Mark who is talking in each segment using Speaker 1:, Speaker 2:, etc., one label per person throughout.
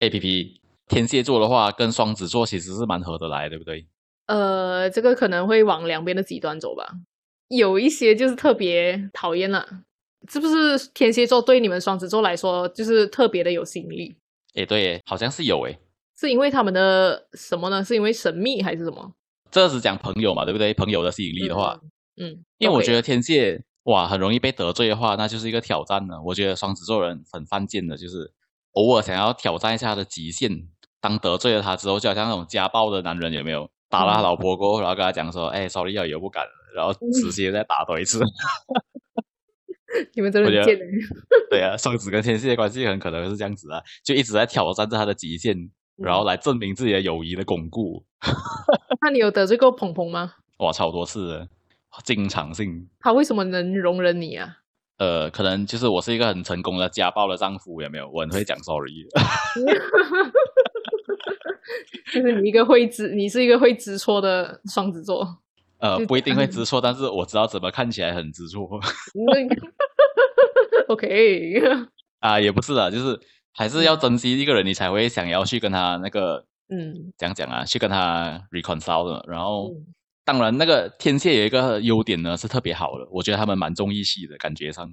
Speaker 1: A P P。天蝎座的话，跟双子座其实是蛮合得来，对不对？
Speaker 2: 呃，这个可能会往两边的极端走吧。有一些就是特别讨厌了，是不是？天蝎座对你们双子座来说，就是特别的有吸引力，
Speaker 1: 诶，对耶，好像是有诶。
Speaker 2: 是因为他们的什么呢？是因为神秘还是什么？
Speaker 1: 这是讲朋友嘛，对不对？朋友的吸引力的话，
Speaker 2: 嗯，嗯，
Speaker 1: 因为我觉
Speaker 2: 得
Speaker 1: 得天蝎哇很容易被得罪的话，那就是一个挑战了。我觉得双子座人很犯贱的，就是偶尔想要挑战一下他的极限。当得罪了他之后，就好像那种家暴的男人有没有？打了他
Speaker 2: 嗯
Speaker 1: 老婆过后，然后跟他讲说：“哎，sorry 啊，以后不敢了。”然后直接再打多一次。
Speaker 2: 你们真的
Speaker 1: 我觉得
Speaker 2: 很贱欸。
Speaker 1: 对啊，双子跟天蝎的关系很可能是这样子啊，就一直在挑战着他的极限，然
Speaker 2: 嗯
Speaker 1: 后来证明自己的友谊的巩固。
Speaker 2: 那你有得罪过鹏鹏吗？
Speaker 1: 哇，超多次了，经常性。
Speaker 2: 他为什么能容忍你啊？
Speaker 1: 呃，可能就是我是一个很成功的家暴的丈夫，有没有？我很会讲 sorry。
Speaker 2: 就是你一个会知，你是一个会知错的双子座。
Speaker 1: 呃，
Speaker 2: 就
Speaker 1: 不一定会
Speaker 2: 看
Speaker 1: 知错，但是我知道怎么看起来很知错
Speaker 2: 那 OK，
Speaker 1: 啊，也不是啦，就是还是要
Speaker 2: 嗯
Speaker 1: 珍惜一个人，你才会想要去跟他那个
Speaker 2: 嗯
Speaker 1: 讲讲啊，去跟他 reconcile 的。然后，
Speaker 2: 嗯
Speaker 1: 当然那个天蝎有一个优点呢，是特别好的，我觉得他们蛮重义气的，感觉上，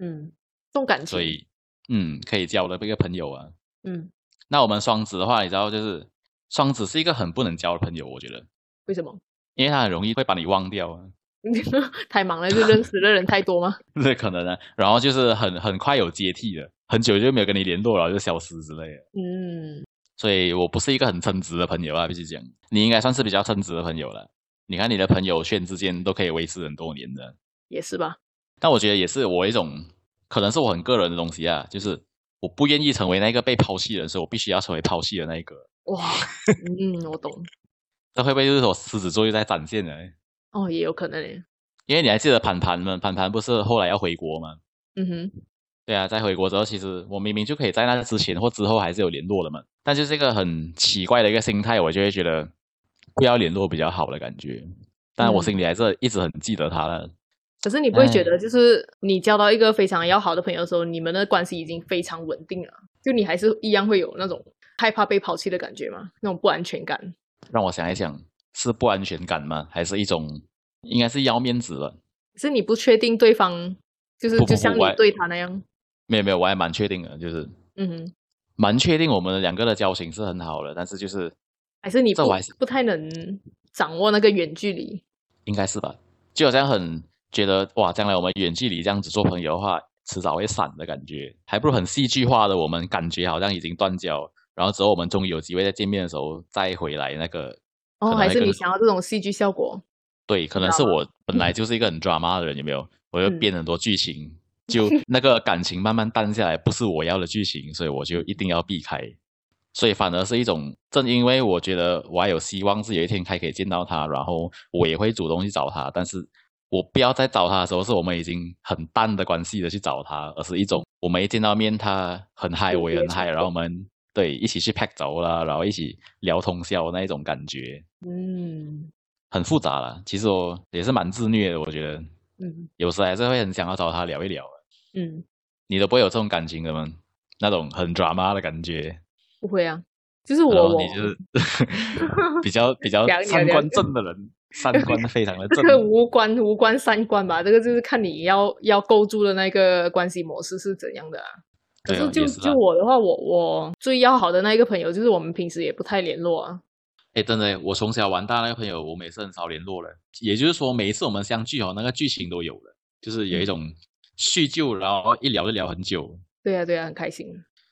Speaker 2: 嗯，重感情，
Speaker 1: 所以嗯，可以交的一个朋友啊。
Speaker 2: 嗯，
Speaker 1: 那我们双子的话，你知道，就是双子是一个很不能交的朋友，我觉得，
Speaker 2: 为什么？
Speaker 1: 因为他很容易会把你忘掉啊。
Speaker 2: 太忙了，就认识的人太多吗？
Speaker 1: 这可能啊，然后就是很很快有接替的，很久就没有跟你联络了，然后就消失之类的。
Speaker 2: 嗯，
Speaker 1: 所以我不是一个很称职的朋友啊，必须讲，你应该算是比较称职的朋友了。你看你的朋友圈之间都可以维持很多年的，
Speaker 2: 也是吧。
Speaker 1: 但我觉得也是我一种，可能是我很个人的东西啊，就是我不愿意成为那个被抛弃的人，所以我必须要成为抛弃的那一个。
Speaker 2: 哇，嗯，我懂。
Speaker 1: 这会不会就是说狮子座又在展现呢？
Speaker 2: 哦，也有可能诶。
Speaker 1: 因为你还记得盘盘吗？盘盘不是后来要回国吗？
Speaker 2: 嗯哼，
Speaker 1: 对啊，在回国之后，其实我明明就可以在那之前或之后还是有联络的嘛，但就是一个很奇怪的一个心态，我就会觉得不要联络比较好的感觉。但我
Speaker 2: 嗯
Speaker 1: 心里还是一直很记得他的。
Speaker 2: 可是你不会觉
Speaker 1: 哎
Speaker 2: 得，就是你交到一个非常要好的朋友的时候，你们的关系已经非常稳定了，就你还是一样会有那种害怕被抛弃的感觉吗？那种不安全感。
Speaker 1: 让我想一想，是不安全感吗？还是一种应该是要面子了？
Speaker 2: 可是你不确定对方就是
Speaker 1: 不不
Speaker 2: 就像
Speaker 1: 不
Speaker 2: 你
Speaker 1: 我
Speaker 2: 对他那样，
Speaker 1: 没有没有，我还蛮确定的，就是
Speaker 2: 嗯哼，
Speaker 1: 蛮确定我们两个的交情是很好的，但是就是
Speaker 2: 还是你
Speaker 1: 这
Speaker 2: 不
Speaker 1: 我还是
Speaker 2: 不太能掌握那个远距离，
Speaker 1: 应该是吧，就好像很觉得哇，将来我们远距离这样子做朋友的话，迟早会散的感觉，还不如很戏剧化的，我们感觉好像已经断交，然后之后我们终于有机会再见面的时候再回来那个，
Speaker 2: 哦，
Speaker 1: 能
Speaker 2: 还
Speaker 1: 会
Speaker 2: 是
Speaker 1: 更
Speaker 2: 你想要这种戏剧效果？
Speaker 1: 对，可能是我本来就是一个很 drama 的人，有没有？我就
Speaker 2: 嗯
Speaker 1: 编很多剧情，就 那个感情慢慢淡下来，不是我要的剧情，所以我就一定要避开。所以反而是一种，正因为我觉得我还有希望是有一天还可以见到他，然后我也会主动去找他，但是我不要再找他的时候，是我们已经很淡的关系的去找他，而是一种我们一见到面他很嗨，
Speaker 2: 有
Speaker 1: 我也
Speaker 2: 别
Speaker 1: 很
Speaker 2: 的
Speaker 1: 嗨，
Speaker 2: 场
Speaker 1: 然后我们对一起去 pack 走啦，然后一起聊通宵那一种感觉。
Speaker 2: 嗯
Speaker 1: 很复杂了。其实我也是蛮自虐的，我觉得
Speaker 2: 嗯
Speaker 1: 有时还是会很想要找他聊一聊。
Speaker 2: 嗯，
Speaker 1: 你都不会有这种感情的吗？那种很 drama 的感觉，
Speaker 2: 不会啊，就是我
Speaker 1: 然后
Speaker 2: 我
Speaker 1: 哦你就是 比较比较
Speaker 2: 聊一聊
Speaker 1: 三
Speaker 2: 聊
Speaker 1: 观
Speaker 2: 一
Speaker 1: 正的人，三观非常的
Speaker 2: 这个
Speaker 1: 正。
Speaker 2: 无关无关三观吧，这个就是看你要要构筑的那个关系模式是怎样的啊。可
Speaker 1: 对
Speaker 2: 是
Speaker 1: 哦，
Speaker 2: 就
Speaker 1: 也是
Speaker 2: 就
Speaker 1: 啊。
Speaker 2: 我的话，我我最要好的那一个朋友，就是我们平时也不太联络啊。
Speaker 1: 哎，真的，我从小玩大那个朋友，我们也是很少联络了。也就是说，每一次我们相聚哦，那个剧情都有了，就是有一
Speaker 2: 嗯
Speaker 1: 种叙旧，然后一聊就聊很久。
Speaker 2: 对啊对啊，很开心，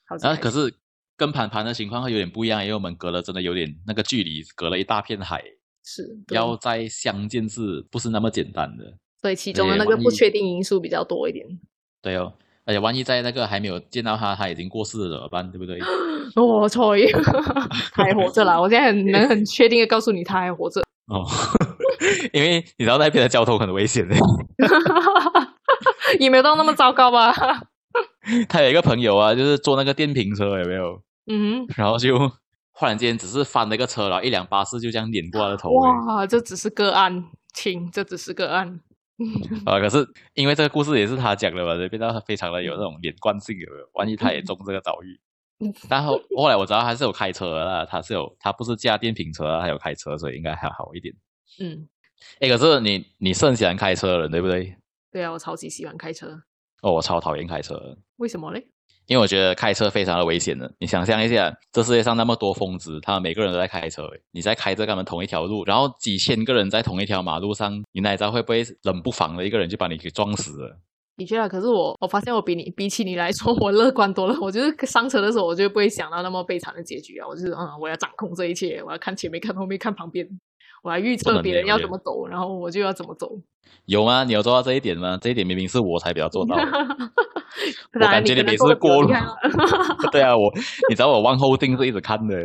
Speaker 2: 好
Speaker 1: 然
Speaker 2: 开
Speaker 1: 后可
Speaker 2: 心。
Speaker 1: 是跟盘盘的情况会有点不一样，因为我们隔了真的有点那个距离，隔了一大片海。
Speaker 2: 是对
Speaker 1: 要再相见是不是那么简单的？
Speaker 2: 所以其
Speaker 1: 而
Speaker 2: 中的
Speaker 1: 且
Speaker 2: 那个
Speaker 1: 万
Speaker 2: 不
Speaker 1: 一
Speaker 2: 确定因素比较多一点。
Speaker 1: 对哦，而且万一在那个还没有见到他，他已经过世了怎么办？对不对？
Speaker 2: 我操！他还活着啦！我现 在很能很确定的告诉你，他还活着。
Speaker 1: 哦， 因为你知道那边的交通很危险的。
Speaker 2: 也没有到那么糟糕吧？
Speaker 1: 他有一个朋友啊，就是坐那个电瓶车，有没有？
Speaker 2: 嗯哼，
Speaker 1: 然后就忽然间只是翻了一个车，然后一辆巴士就这样碾过他的头。哎
Speaker 2: 哇，这只是个案，亲，这只是个案。
Speaker 1: 啊，可是因为这个故事也是他讲的嘛，所以变得非常的有那种连贯性，有没有？万一他也中这个遭遇，但后后来我知道他是有开车的啦，他是有他不是驾电瓶车啊，他有开车，所以应该还好一点。
Speaker 2: 嗯，
Speaker 1: 哎，可是你你是很喜欢开车的人对不对？
Speaker 2: 对啊，我超级喜欢开车，
Speaker 1: 哦，我超讨厌开车的，
Speaker 2: 为什么嘞？
Speaker 1: 因为我觉得开车非常的危险的。你想象一下，这世界上那么多疯子，他们每个人都在开车，欸你在开着他们同一条路，然后几千个人在同一条马路上，你哪知道会不会冷不防的一个人就把你给撞死了？
Speaker 2: 的确啊，可是我我发现我比你比起你来说，我乐观多了。我就是上车的时候，我就不会想到那么悲惨的结局啊。我就是嗯，我要掌控这一切，我要看前面，看后面，看旁边，我来预
Speaker 1: 不
Speaker 2: 测
Speaker 1: 能
Speaker 2: 别
Speaker 1: 的
Speaker 2: 人
Speaker 1: 我
Speaker 2: 要
Speaker 1: 觉得
Speaker 2: 怎么走，然后我就要怎么走。
Speaker 1: 有吗？你有做到这一点吗？这一点明明是我才比较做到的。
Speaker 2: 我
Speaker 1: 我感觉你每次过路， 对啊，我你知道我往后定是一直看的，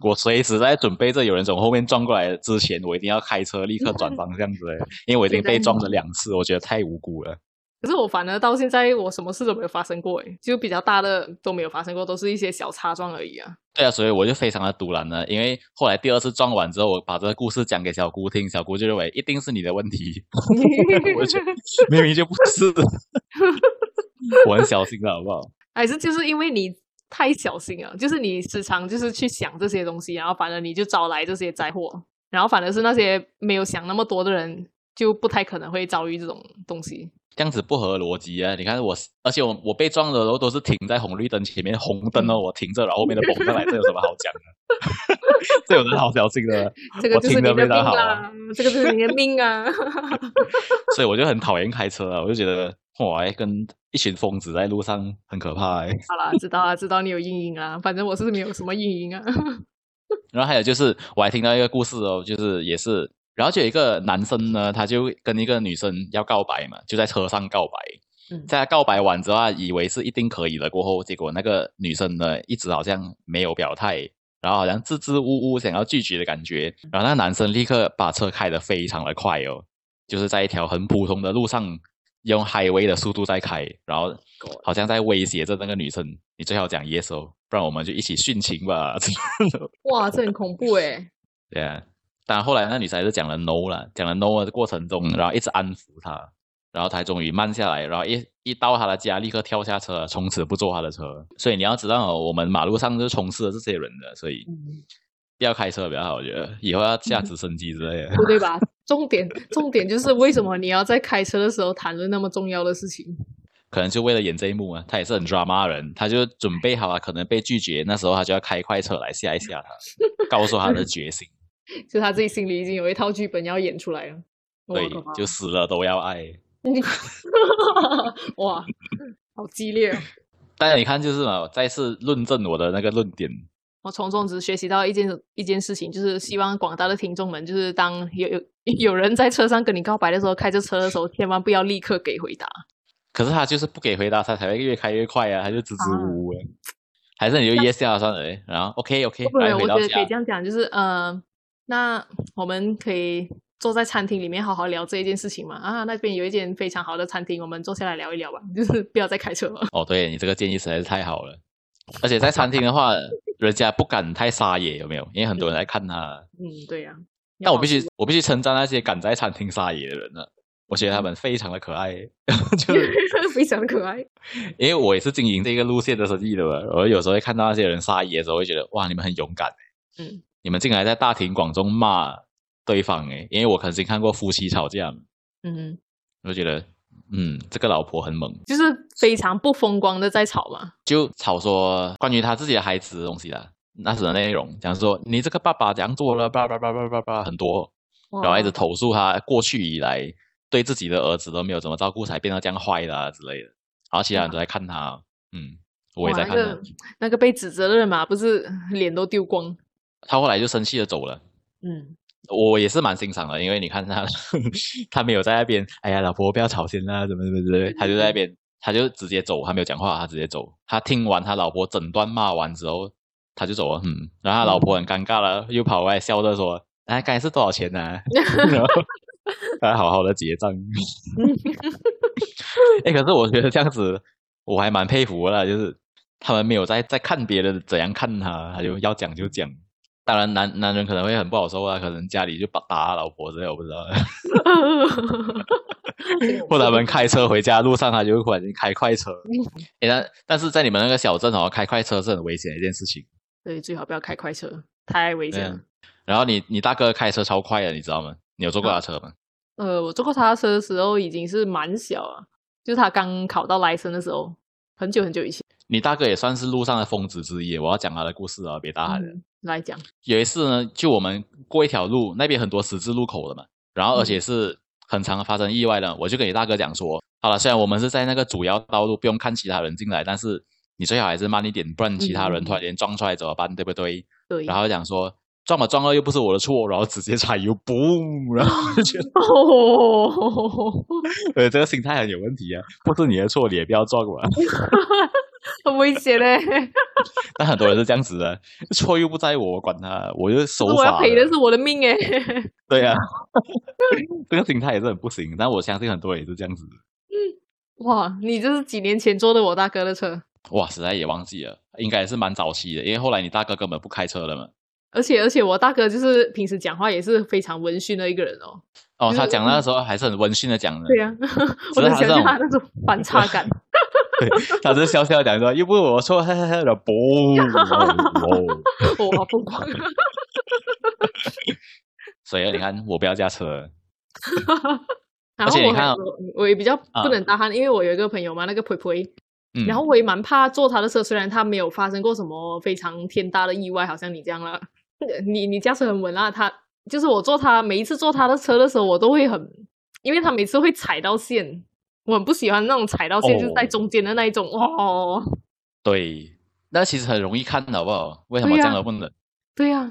Speaker 1: 我随时在准备着有人从后面撞过来之前，我一定要开车立刻转方向之类的，因为我已经被撞了两次，我觉得太无辜了。
Speaker 2: 可是我反而到现在，我什么事都没有发生过，诶，就比较大的都没有发生过，都是一些小擦撞而已啊。
Speaker 1: 对啊，所以我就非常的独然了，因为后来第二次撞完之后，我把这个故事讲给小姑听，小姑就认为一定是你的问 题， 我觉得明明就不是， 我很小心的好不好？
Speaker 2: 还是就是因为你太小心了，就是你时常就是去想这些东西，然后反而你就招来这些灾祸，然后反而是那些没有想那么多的人，就不太可能会遭遇这种 东西。
Speaker 1: 这样子不合逻辑啊！你看我，而且我我被撞的时候都是停在红绿灯前面，红灯哦，我停着，然后后面的蹦上来，这有什么好讲的？ 这有什么好小心的？
Speaker 2: 这个
Speaker 1: 我
Speaker 2: 就是
Speaker 1: 听
Speaker 2: 你
Speaker 1: 得
Speaker 2: 的
Speaker 1: 非
Speaker 2: 命
Speaker 1: 常好
Speaker 2: 啦、
Speaker 1: 啊
Speaker 2: 这个就是你的命啊！
Speaker 1: 所以我就很讨厌开车啊！我就觉得哇，诶跟一群疯子在路上很可怕、哎诶
Speaker 2: 好啦，知道啊，知道你有阴影啊，反正我是没有什么阴影啊。
Speaker 1: 然后还有就是，我还听到一个故事哦，就是也是，然后就有一个男生呢，他就跟一个女生要告白嘛，就在车上告白。
Speaker 2: 嗯
Speaker 1: 在他告白完之后，他以为是一定可以了，过后结果那个女生呢，一直好像没有表态，然后好像支支吾吾想要拒绝的感觉。然后那男生立刻把车开得非常的快哦，就是在一条很普通的路上，用 highway 的速度在开，然后好像在威胁着那个女生，你最好讲 yes 哦，不然我们就一起殉情吧。
Speaker 2: 哇，这很恐怖欸诶、
Speaker 1: 对啊，但后来那女生还是讲了 no 了，讲了 no 的过程中，然后一直安抚她，然后她终于慢下来，然后一一到她的家，立刻跳下车，从此不坐她的车。所以你要知道、哦，我们马路上就是充斥了这些人的，所以
Speaker 2: 嗯
Speaker 1: 不要开车比较好，我觉得以后要架直升机之类的。
Speaker 2: 不对吧？ 重点重点就是为什么你要在开车的时候谈论那么重要的事情？
Speaker 1: 可能就为了演这一幕啊，他也是很 drama 的人，他就准备好啊，可能被拒绝，那时候他就要开快车来吓一吓他，告诉他的决心，
Speaker 2: 就他自己心里已经有一套剧本要演出来了。哇
Speaker 1: 对
Speaker 2: 好可怕，
Speaker 1: 就死了都要爱。
Speaker 2: 哇，好激烈、哦！
Speaker 1: 但是你看，就是嘛，再次论证我的那个论点，
Speaker 2: 我从中只学习到一件一件事情，就是希望广大的听众们，就是当有 有有人在车上跟你告白的时候，开着车的时候，千万不要立刻给回答。
Speaker 1: 可是他就是不给回答，他才会越开越快啊，他就支支吾吾的。还是你就 yes 啊下算了嘞，然后 OK OK，
Speaker 2: 哦不
Speaker 1: 来
Speaker 2: 能，
Speaker 1: 回
Speaker 2: 我
Speaker 1: 到
Speaker 2: 觉得
Speaker 1: 家
Speaker 2: 可以。这样讲，就是呃，那我们可以坐在餐厅里面好好聊这一件事情嘛。啊，那边有一间非常好的餐厅，我们坐下来聊一聊吧， 就是不要再开车了。
Speaker 1: 哦，对你这个建议实在是太好了，而 且在餐厅的话，人家不敢太撒野，有没有？因为很多人来看他。
Speaker 2: 嗯，对呀、啊。
Speaker 1: 但我必须，我必须称赞那些敢在餐厅撒野的人呢、我觉得他们非常的可爱， 就是
Speaker 2: 非常可爱。
Speaker 1: 因为我也是经营这个路线的生意的嘛，我有时候会看到那些人撒野的时候，会觉得哇，你们很勇敢、欸，
Speaker 2: 嗯，
Speaker 1: 你们竟然在大庭广众骂对方、欸，因为我曾经看过夫妻吵架嘛，
Speaker 2: 嗯，
Speaker 1: 我就觉得，嗯，这个老婆很猛，
Speaker 2: 就是非常不风光的在吵嘛。
Speaker 1: 就吵说关于她自己的孩子的东西啦，那时的内容，讲说你这个爸爸怎样做了，叭叭叭叭叭叭很多，然后一直
Speaker 2: 哇
Speaker 1: 投诉他过去以来对自己的儿子都没有怎么照顾，才变得这样坏的、啊、之类的，然后其他人都在看他，嗯，我也
Speaker 2: 哇
Speaker 1: 在看
Speaker 2: 那
Speaker 1: 他
Speaker 2: 个，那个被指责的人嘛，不是 脸都丢光。
Speaker 1: 他后来就生气的走了。
Speaker 2: 嗯，
Speaker 1: 我也是蛮欣赏的，因为你看他， 他没有在那边，哎呀，老婆不要吵先啦，怎么怎么之类的，他就在那边，他就直接走，他没有讲话，他直接走。他听完他老婆整段骂完之后，他就走了，嗯。然后他老婆很尴尬了，又跑过来笑着说：“哎，刚才是多少钱呢、 然后他好好的结账。哎、可是我觉得这样子，我还蛮佩服的啦，就是他们没有在在看别人怎样看他，他就要讲就讲。当然男，男人可能会很不好受啊，可能家里就打打老婆之类，我不知道。 或者他 们开车回家路上，他就会忽然间开快车。诶但但是在你们那个小镇哦，开快车是很危险的一件事情。
Speaker 2: 对，最好不要开快车，太危
Speaker 1: 啊
Speaker 2: 险了。
Speaker 1: 然后你你大哥开车超快的，你知道吗？你有坐过他车吗？
Speaker 2: 呃，我坐过他的车的时候已经是蛮小啊，就是他刚考到来生的时候，很久很久以前。
Speaker 1: 你大哥也算是路上的疯子之一。我要讲他的故事啊，别打他的。
Speaker 2: 嗯来讲，
Speaker 1: 有一次呢，就我们过一条路，那边很多十字路口的嘛，然后而
Speaker 2: 嗯
Speaker 1: 且是很常发生意外的。我就跟你大哥讲说，好了，虽然我们是在那个主要道路，不用看其他人进来，但是你最好还是慢一点，不然其他人
Speaker 2: 嗯
Speaker 1: 突然间撞出来怎么办，对不对？
Speaker 2: 对，
Speaker 1: 然后讲说撞吧撞了又不是我的错，然后直接踩油，嘣，然后就 觉得
Speaker 2: 哦，
Speaker 1: 呃这个心态很有问题啊，不是你的错，你也不要撞我。
Speaker 2: 很危险欸嘞！
Speaker 1: 但很多人是这样子的，错又不在我，我管他，我就手
Speaker 2: 我
Speaker 1: 法
Speaker 2: 要
Speaker 1: 了。
Speaker 2: 赔的是我的命哎。
Speaker 1: 对呀、啊，这个心态也是很不行。但我相信很多人也是这样子的。
Speaker 2: 哇，你这是几年前坐的我大哥的车，
Speaker 1: 哇，实在也忘记了，应该也是蛮早期的，因为后来你大哥根本不开车了嘛。
Speaker 2: 而且而且我大哥就是平时讲话也是非常文驯的一个人哦。
Speaker 1: 哦，
Speaker 2: 就是
Speaker 1: 他讲那时候还是很温驯的讲的，
Speaker 2: 对呀、啊
Speaker 1: 嗯只是
Speaker 2: 我能
Speaker 1: 他
Speaker 2: 想
Speaker 1: 这
Speaker 2: 象
Speaker 1: 种
Speaker 2: 他那种反差 感。
Speaker 1: 他只是笑笑地讲说，又不是我错，嘿嘿嘿，然后嘣，哦，
Speaker 2: 我、好疯狂！啊
Speaker 1: 所以你看，我不要驾车，而
Speaker 2: 然后
Speaker 1: 且你
Speaker 2: 我
Speaker 1: 看
Speaker 2: 还
Speaker 1: 啊
Speaker 2: 我我也比较
Speaker 1: 啊
Speaker 2: 不能搭他，因为我有一个朋友嘛，那个培培，
Speaker 1: 嗯，
Speaker 2: 然后我也蛮怕坐他的车，虽然他没有发生过什么非常天大的意外，好像你这样啦， 你你驾车很稳啊，他就是我坐他每一次坐他的车的时候，我都会很，因为他每次会踩到线，我很不喜欢那种踩到线、就是在
Speaker 1: 哦
Speaker 2: 中间的那一种哦，
Speaker 1: 对，那其实很容易看的好不好？为什么
Speaker 2: 对
Speaker 1: 这
Speaker 2: 啊呀
Speaker 1: 样的问的？
Speaker 2: 对啊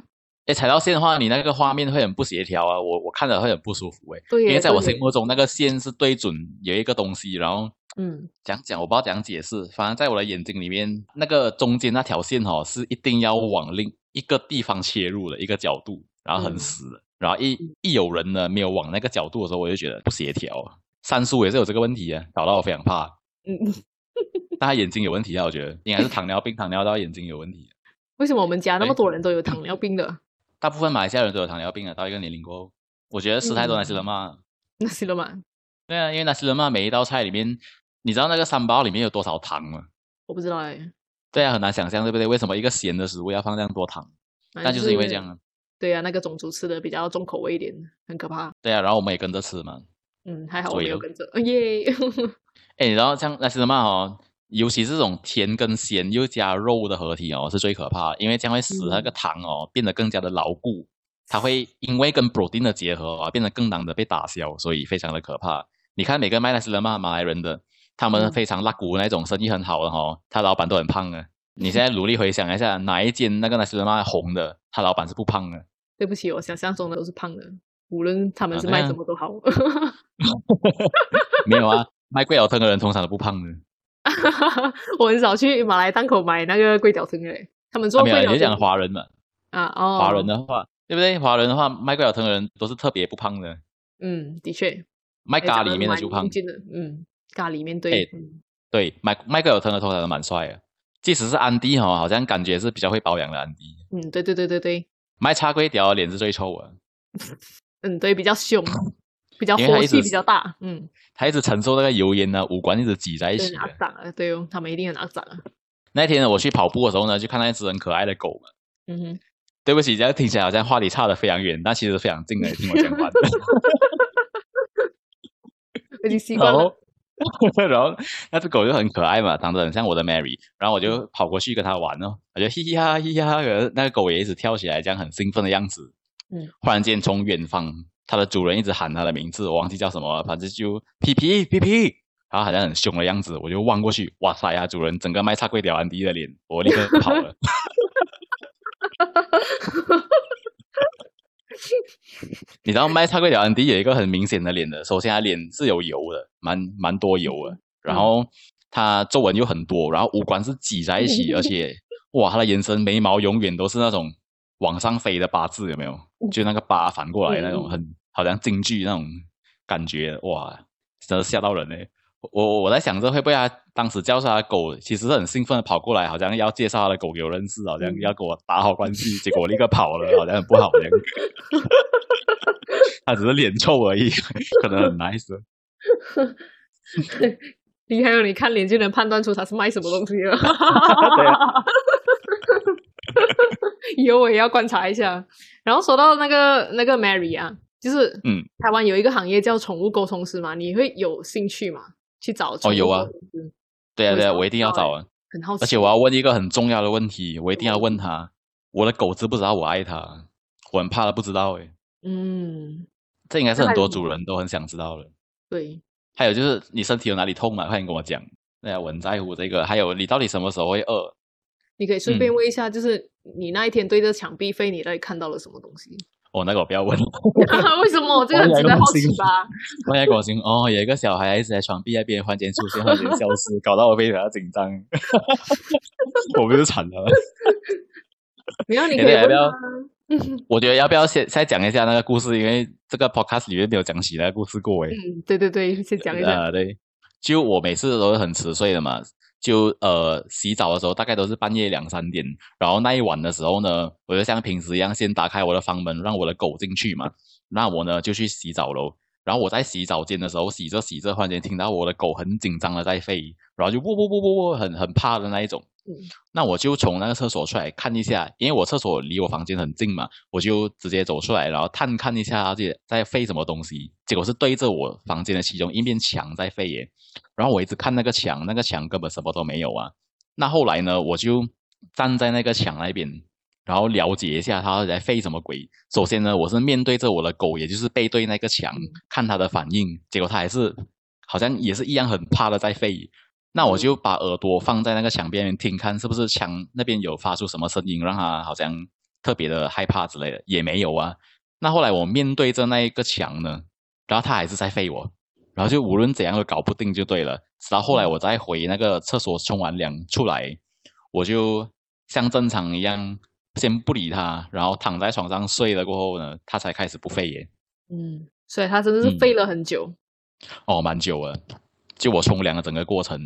Speaker 2: 呀、
Speaker 1: 哎、踩到线的话，你那个画面会很不协调啊，我我看了会很不舒服哎、
Speaker 2: 对耶，
Speaker 1: 因为在我
Speaker 2: 对耶
Speaker 1: 心目中，那个线是对准有一个东西，然后
Speaker 2: 嗯，
Speaker 1: 讲讲，我不知道怎样解释。反正在我的眼睛里面，那个中间那条线哦，是一定要往另一个地方切入的一个角度，然后很
Speaker 2: 嗯
Speaker 1: 死的。然后一一有人呢没有往那个角度的时候，我就觉得不协调啊。三叔也是有这个问题啊，搞到我非常怕。
Speaker 2: 嗯，
Speaker 1: 但他眼睛有问题啊，我觉得应该是糖尿病，糖尿到眼睛有问题。
Speaker 2: 为什么我们家那么
Speaker 1: 哎
Speaker 2: 多人都有糖尿病的？
Speaker 1: 大部分马来西亚人都有糖尿病啊，到一个年龄过后，我觉得吃太多那些人嘛，
Speaker 2: 那是了嘛，
Speaker 1: 对啊，因为那些人嘛，每一道菜里面，你知道那个三包里面有多少糖吗？
Speaker 2: 我不知道哎、
Speaker 1: 对啊，很难想象，对不对？为什么一个咸的食物要放这样多糖？
Speaker 2: 反
Speaker 1: 那
Speaker 2: 正
Speaker 1: 就是因为这样。啊。
Speaker 2: 对呀、那个种族吃的比较重口味一点，很可怕。
Speaker 1: 对啊，然后我们也跟着吃嘛。
Speaker 2: 嗯，还好我
Speaker 1: 所以
Speaker 2: 没有
Speaker 1: 咯
Speaker 2: 跟着，哦耶！
Speaker 1: 哎，然后像那些嘛哦，尤其是这种甜跟咸又加肉的合体哦，是最可怕的，因为将会使那个糖哦、变得更加的牢固，它会因为跟 protein 的结合啊、变得更难的被打消，所以非常的可怕。你看每个卖那些嘛马来人的，他们
Speaker 2: 嗯
Speaker 1: 非常拉骨那种生意很好的哦，他老板都很胖的。你现在努力回想一下，哪一间那个那些嘛红的，他老板是不胖的？
Speaker 2: 对不起，我想象中的都是胖的，无论他们
Speaker 1: 啊
Speaker 2: 是
Speaker 1: 对
Speaker 2: 卖
Speaker 1: 啊
Speaker 2: 什么都好。
Speaker 1: 没有啊，卖贵老汤的人通常都不胖的。
Speaker 2: 我很少去马来档口买那个龟脚羹诶，他们做
Speaker 1: 啊、
Speaker 2: 龟
Speaker 1: 没有啊，你
Speaker 2: 脚
Speaker 1: 就讲
Speaker 2: 羹
Speaker 1: 华人嘛，
Speaker 2: 啊，哦，
Speaker 1: 华人，的话，对不对？华人的话，卖贵老汤的人都是特别不胖的，
Speaker 2: 嗯，的确，
Speaker 1: 卖
Speaker 2: 诶
Speaker 1: 咖
Speaker 2: 长得
Speaker 1: 喱面的
Speaker 2: 蛮
Speaker 1: 就胖哎
Speaker 2: 英。俊的，嗯，咖喱面对
Speaker 1: 诶，
Speaker 2: 嗯
Speaker 1: 对，卖卖贵老汤的通常都蛮帅的，即使是安迪哈、哦，好像感觉是比较会保养的安迪。
Speaker 2: 嗯，对对对对对，
Speaker 1: 卖叉龟屌的脸是最臭的，
Speaker 2: 嗯，对，比较凶，比较
Speaker 1: 因为他
Speaker 2: 火
Speaker 1: 一直
Speaker 2: 气比
Speaker 1: 是
Speaker 2: 较大，嗯，
Speaker 1: 他一直承受那个油烟啊呢，五官一直挤在一
Speaker 2: 对，
Speaker 1: 起
Speaker 2: 很
Speaker 1: 啊。
Speaker 2: 肮脏啊，对哦，他们一定很肮脏啊，
Speaker 1: 那天呢，我去跑步的时候呢，就看到一只很可爱的狗嘛。
Speaker 2: 嗯哼，
Speaker 1: 对不起，这样听起来好像话题差得非常远，但其实非常近的。听我讲完。哦
Speaker 2: 已经习
Speaker 1: 然
Speaker 2: 惯了，
Speaker 1: 后， 然后那只狗就很可爱嘛，长得很像我的 Mary。然后我
Speaker 2: 嗯
Speaker 1: 就跑过去跟它玩哦，我就嘻嘻哈哈嘻嘻哈哈，可是那个狗也一直跳起来，这样很兴奋的样子。
Speaker 2: 嗯，
Speaker 1: 忽然间从远方，它的主人一直喊它的名字，我忘记叫什么了，反正就皮皮皮皮，然后好像很凶的样子，我就望过去，哇塞呀，主人整个卖叉龟屌安迪的脸，我立刻跑了。你知道卖叉龟屌安迪有一个很明显的脸的，首先他脸是有油的，蛮蛮多油的，然后他皱纹又很多，然后五官是挤在一起，而且哇，他的眼神眉毛永远都是那种往上飞的八字，有没有？就那个八反过来那种
Speaker 2: 嗯
Speaker 1: 很好像京剧那种感觉，哇，真的吓到人嘞、我我我在想着会不会他当时叫出他的狗，其实是很兴奋的跑过来，好像要介绍他的狗给我认识，好像
Speaker 2: 嗯
Speaker 1: 要跟我打好关系，结果我立刻跑了，好像很不 好这样。他只是脸臭而已，可能很 nice。
Speaker 2: 厉害哦！你看脸就能判断出他是卖什么东西了。
Speaker 1: 对啊
Speaker 2: 以后我也要观察一下。然后说到那个那个 Mary 啊，就是
Speaker 1: 嗯，
Speaker 2: 台湾有一个行业叫宠物沟通师嘛，你会有兴趣吗？去找宠物
Speaker 1: 有啊
Speaker 2: 沟通师，
Speaker 1: 对啊，
Speaker 2: 我
Speaker 1: 对啊，
Speaker 2: 想
Speaker 1: 我一定要
Speaker 2: 到
Speaker 1: 找
Speaker 2: 欸
Speaker 1: 啊，
Speaker 2: 很好奇。
Speaker 1: 而且我要问一个很重要的问题，我一定
Speaker 2: 什么
Speaker 1: 要
Speaker 2: 问
Speaker 1: 问他，我的狗知不知道我爱它？我很怕它不知道欸诶，
Speaker 2: 嗯，
Speaker 1: 这应该是
Speaker 2: 那
Speaker 1: 很
Speaker 2: 还
Speaker 1: 多
Speaker 2: 有什
Speaker 1: 主
Speaker 2: 么
Speaker 1: 人都很想知道的。
Speaker 2: 对，
Speaker 1: 还有就是你身体有哪里痛嘛？快点跟我讲。对啊，我很在乎这个。还有你到底什么时候会饿？
Speaker 2: 你可以顺便问一下，就是你那一天对着墙壁飞，你到底看到了什么东西？
Speaker 1: 哦，那个我不要问。嗯
Speaker 2: 为什么？这个很值得好奇 吧？
Speaker 1: 我在关心哦，有一个小孩一直在床壁那边，忽然间出现，忽然间消失，搞到我非常紧张。 我不是惨了。
Speaker 2: 没有，你
Speaker 1: 哎
Speaker 2: 可以
Speaker 1: 对要
Speaker 2: 问
Speaker 1: 不要
Speaker 2: 啊。
Speaker 1: 我觉得要不要先再讲一下那个故事？因为这个 podcast 里面没有讲起那个故事过诶。
Speaker 2: 嗯，对对对，先讲一下。
Speaker 1: 啊、对，就我每次都是很迟睡的嘛，就呃洗澡的时候大概都是半夜两三点，然后那一晚的时候呢，我就像平时一样先打开我的房门，让我的狗进去嘛，那我呢就去洗澡喽。然后我在洗澡间的时候洗着洗着，忽然间听到我的狗很紧张的在吠，然后就喔喔喔喔喔，很很怕的那一种。
Speaker 2: 嗯
Speaker 1: 那我就从那个厕所出来看一下，因为我厕所离我房间很近嘛，我就直接走出来，然后探看一下它在在飞什么东西。结果是对着我房间的其中一面墙在飞耶。然后我一直看那个墙，那个墙根本什么都没有啊。那后来呢，我就站在那个墙那边，然后了解一下它到底在飞什么鬼。首先呢，我是面对着我的狗，也就是背对那个墙，看它的反应。结果它还是好像也是一样很怕的在飞。那我
Speaker 2: 嗯
Speaker 1: 就把耳朵放在那个墙边缘听，看是不是墙那边有发出什么声音，让它好像特别的害怕之类的，也没有啊。那后来我面对着那一个墙呢，然后它还是在吠我，然后就无论怎样都搞不定就对了。直到后来我再回那个厕所冲完凉出来，我就像正常一样先不理它，然后躺在床上睡了过后呢，它才开始不吠耶。
Speaker 2: 嗯，所以他真的是
Speaker 1: 嗯
Speaker 2: 飞了很久。
Speaker 1: 哦，蛮久了，就我冲凉的整个过程，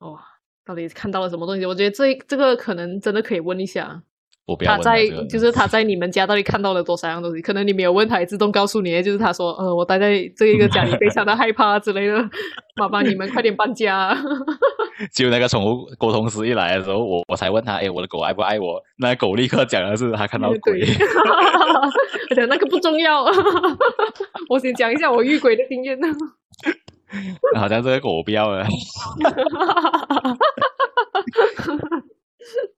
Speaker 2: 哇，到底看到了什么东西？我觉得这这个可能真的可以问一下。
Speaker 1: 我不要
Speaker 2: 他
Speaker 1: 问了
Speaker 2: 在
Speaker 1: 这个
Speaker 2: 就是他在你们家到底看到了多少样东西？可能你没有问他，也自动告诉你，就是他说，呃，我待在这一个家里非常的害怕啊之类的， 麻烦你们快点搬家。啊
Speaker 1: 就那个宠物沟通师一来的时候，我我才问他，哎，我的狗爱不爱我？那个狗立刻讲的是他看到鬼
Speaker 2: 对，，而且那个不重要。 我先讲一下我遇鬼的经验。
Speaker 1: 好像这个狗我不要了。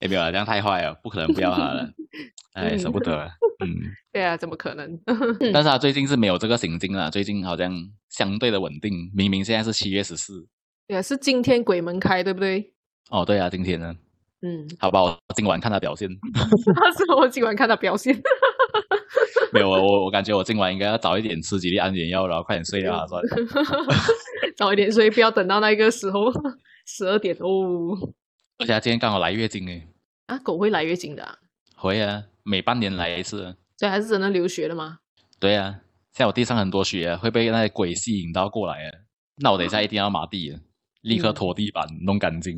Speaker 1: 哎，没有啊，这样太坏了，不可能不要它了。哎，舍不得了。嗯，
Speaker 2: 对啊，怎么可能？
Speaker 1: 但是他最近是没有这个行径了，最近好像相对的稳定。明明现在是七月十四，
Speaker 2: 对啊，是今天鬼门开，对不对？
Speaker 1: 哦，对啊，今天呢，
Speaker 2: 嗯，
Speaker 1: 好吧，我今晚看他表现。
Speaker 2: 那是我今晚看他表现。
Speaker 1: 没有，我我我感觉我今晚应该要早一点吃几粒安眠药，然后快点睡了啊，算了。
Speaker 2: 早一点睡，不要等到那个时候 十二点哦。
Speaker 1: 而且他今天刚好来月经哎，
Speaker 2: 啊，狗会来月经的、啊，
Speaker 1: 会啊，每半年来一次啊。
Speaker 2: 所以还是真的流血的吗？
Speaker 1: 对呀、啊，像我地上很多血啊，会被那些鬼吸引到过来啊。那我等一下一定要抹地啊，立刻
Speaker 2: 嗯
Speaker 1: 拖地板，弄干净。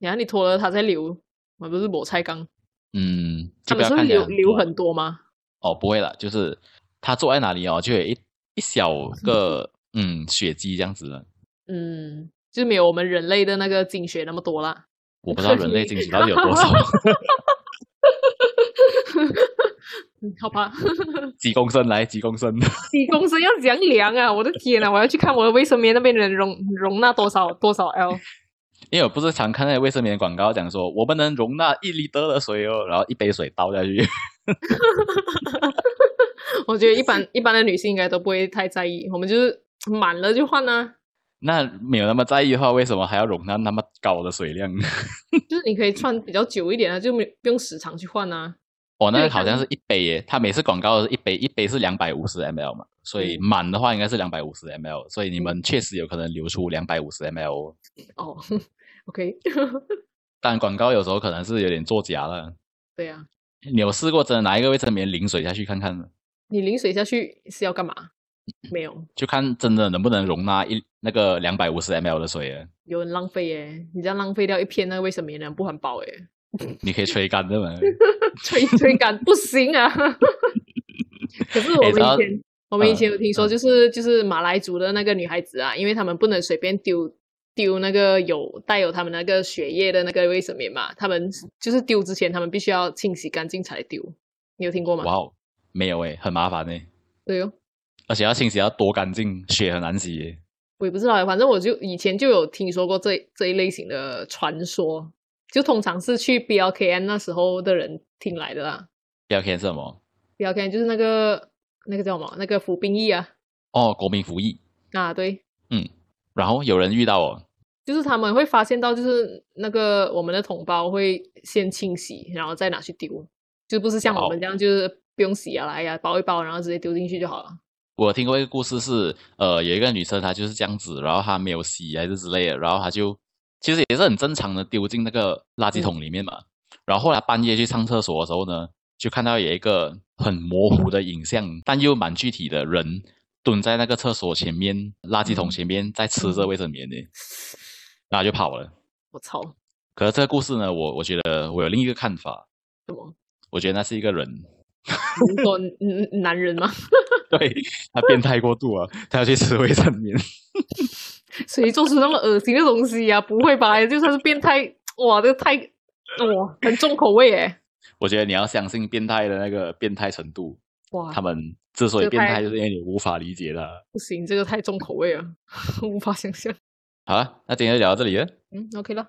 Speaker 2: 然后你拖了它在流，我不是抹菜缸，
Speaker 1: 嗯，
Speaker 2: 它
Speaker 1: 就不要
Speaker 2: 们是会
Speaker 1: 看起来
Speaker 2: 流流
Speaker 1: 多
Speaker 2: 很多吗？
Speaker 1: 哦，不会啦，就是他坐在哪里哦，就有一一小 个嗯血迹这样子的。
Speaker 2: 嗯，就是没有我们人类的那个经血那么多啦。
Speaker 1: 我不知道人类进行到底有多少
Speaker 2: 嗯好吧，
Speaker 1: 几公升来几公升，
Speaker 2: 几公升要怎样量啊？我的天啊！我要去看我的卫生棉那边能容容纳多少多少 L。
Speaker 1: 因为我不是常看那些卫生棉广告讲说我们能容纳一立德的水哦，然后一杯水倒下去。
Speaker 2: 我觉得一般一般的女性应该都不会太在意，我们就是满了就换啊。
Speaker 1: 那没有那么在意的话，为什么还要容纳那么高的水量？
Speaker 2: 就是你可以穿比较久一点啊，就没不用时常去换啊。
Speaker 1: 哦，那
Speaker 2: 对
Speaker 1: 个好
Speaker 2: 像
Speaker 1: 像是一杯耶，它每次广告是一杯，一杯是两百五十 ml 嘛，所以满的话应该是两百五十 ml，所以你们确实有可能流出两百五十 ml 哦。
Speaker 2: 哦，OK，
Speaker 1: 但广告有时候可能是有点作假了。
Speaker 2: 对啊，
Speaker 1: 你有试过真的拿一个卫生棉淋水下去看看吗，
Speaker 2: 你淋水下去是要干嘛？没有，
Speaker 1: 就看真的能不能容纳一那个两百五十 ml 的水啊耶？
Speaker 2: 有人浪费耶、你这样浪费掉一片那个卫生棉，人不环保耶、
Speaker 1: 你可以吹干的嘛。
Speaker 2: 吹吹干不行啊！可是我
Speaker 1: 诶
Speaker 2: 们
Speaker 1: 哎然后
Speaker 2: 以前，我们以前
Speaker 1: 呃
Speaker 2: 有听说，
Speaker 1: 嗯
Speaker 2: 就是、就是马来族的那个女孩子啊，因为他们不能随便丢丢那个有带有他们那个血液的那个卫生棉嘛，他们就是丢之前，他们必须要清洗干净才丢。你有听过吗？
Speaker 1: 哇哦，没有诶，很麻烦诶，
Speaker 2: 对哦，
Speaker 1: 而且要清洗要多干净，血很难洗耶。
Speaker 2: 我也不知道欸，反正我就以前就有听说过这这一类型的传说，就通常是去 BLKN 那时候的人听来的啦。
Speaker 1: 第二天是什么？
Speaker 2: BLKN 就是那个那个叫什么？那个服兵役啊，
Speaker 1: 哦，国民服役。
Speaker 2: 啊对，
Speaker 1: 然后有人遇到哦，
Speaker 2: 就是他们会发现到，就是那个我们的同胞会先清洗，然后再拿去丢，就不是像我们这样，就是不用洗啊，来呀、包一包，然后直接丢进去就好了。
Speaker 1: 我听过一个故事是，呃，有一个女生她就是这样子，然后她没有洗还是之类的，然后她就其实也是很正常的丢进那个垃圾
Speaker 2: 嗯
Speaker 1: 桶里面嘛。然后后来半夜去上厕所的时候呢，就看到有一个很模糊的影像，但又蛮具体的人蹲在那个厕所前面、垃圾桶前面在吃着卫生棉呢，然后就跑了。
Speaker 2: 我操，
Speaker 1: 可是这个故事呢，我我觉得我有另一个看法，
Speaker 2: 什么？
Speaker 1: 我觉得那是一个人，
Speaker 2: 你是说 嗯男人吗？
Speaker 1: 对他变态过度啊，他要去吃卫生棉。
Speaker 2: 谁做出那么恶心的东西呀、不 会吧？就算是变态，哇，这个太哇，很重口味诶。
Speaker 1: 我觉得你要相信变态的那个变态程度，
Speaker 2: 哇
Speaker 1: 他，们之所以
Speaker 2: 这
Speaker 1: 变
Speaker 2: 太
Speaker 1: 态，就是因为你无法理解他。
Speaker 2: 不行，这个太重口味了，无法想象。
Speaker 1: 啊好了，那今天就聊到这里了。
Speaker 2: 嗯，OK 了。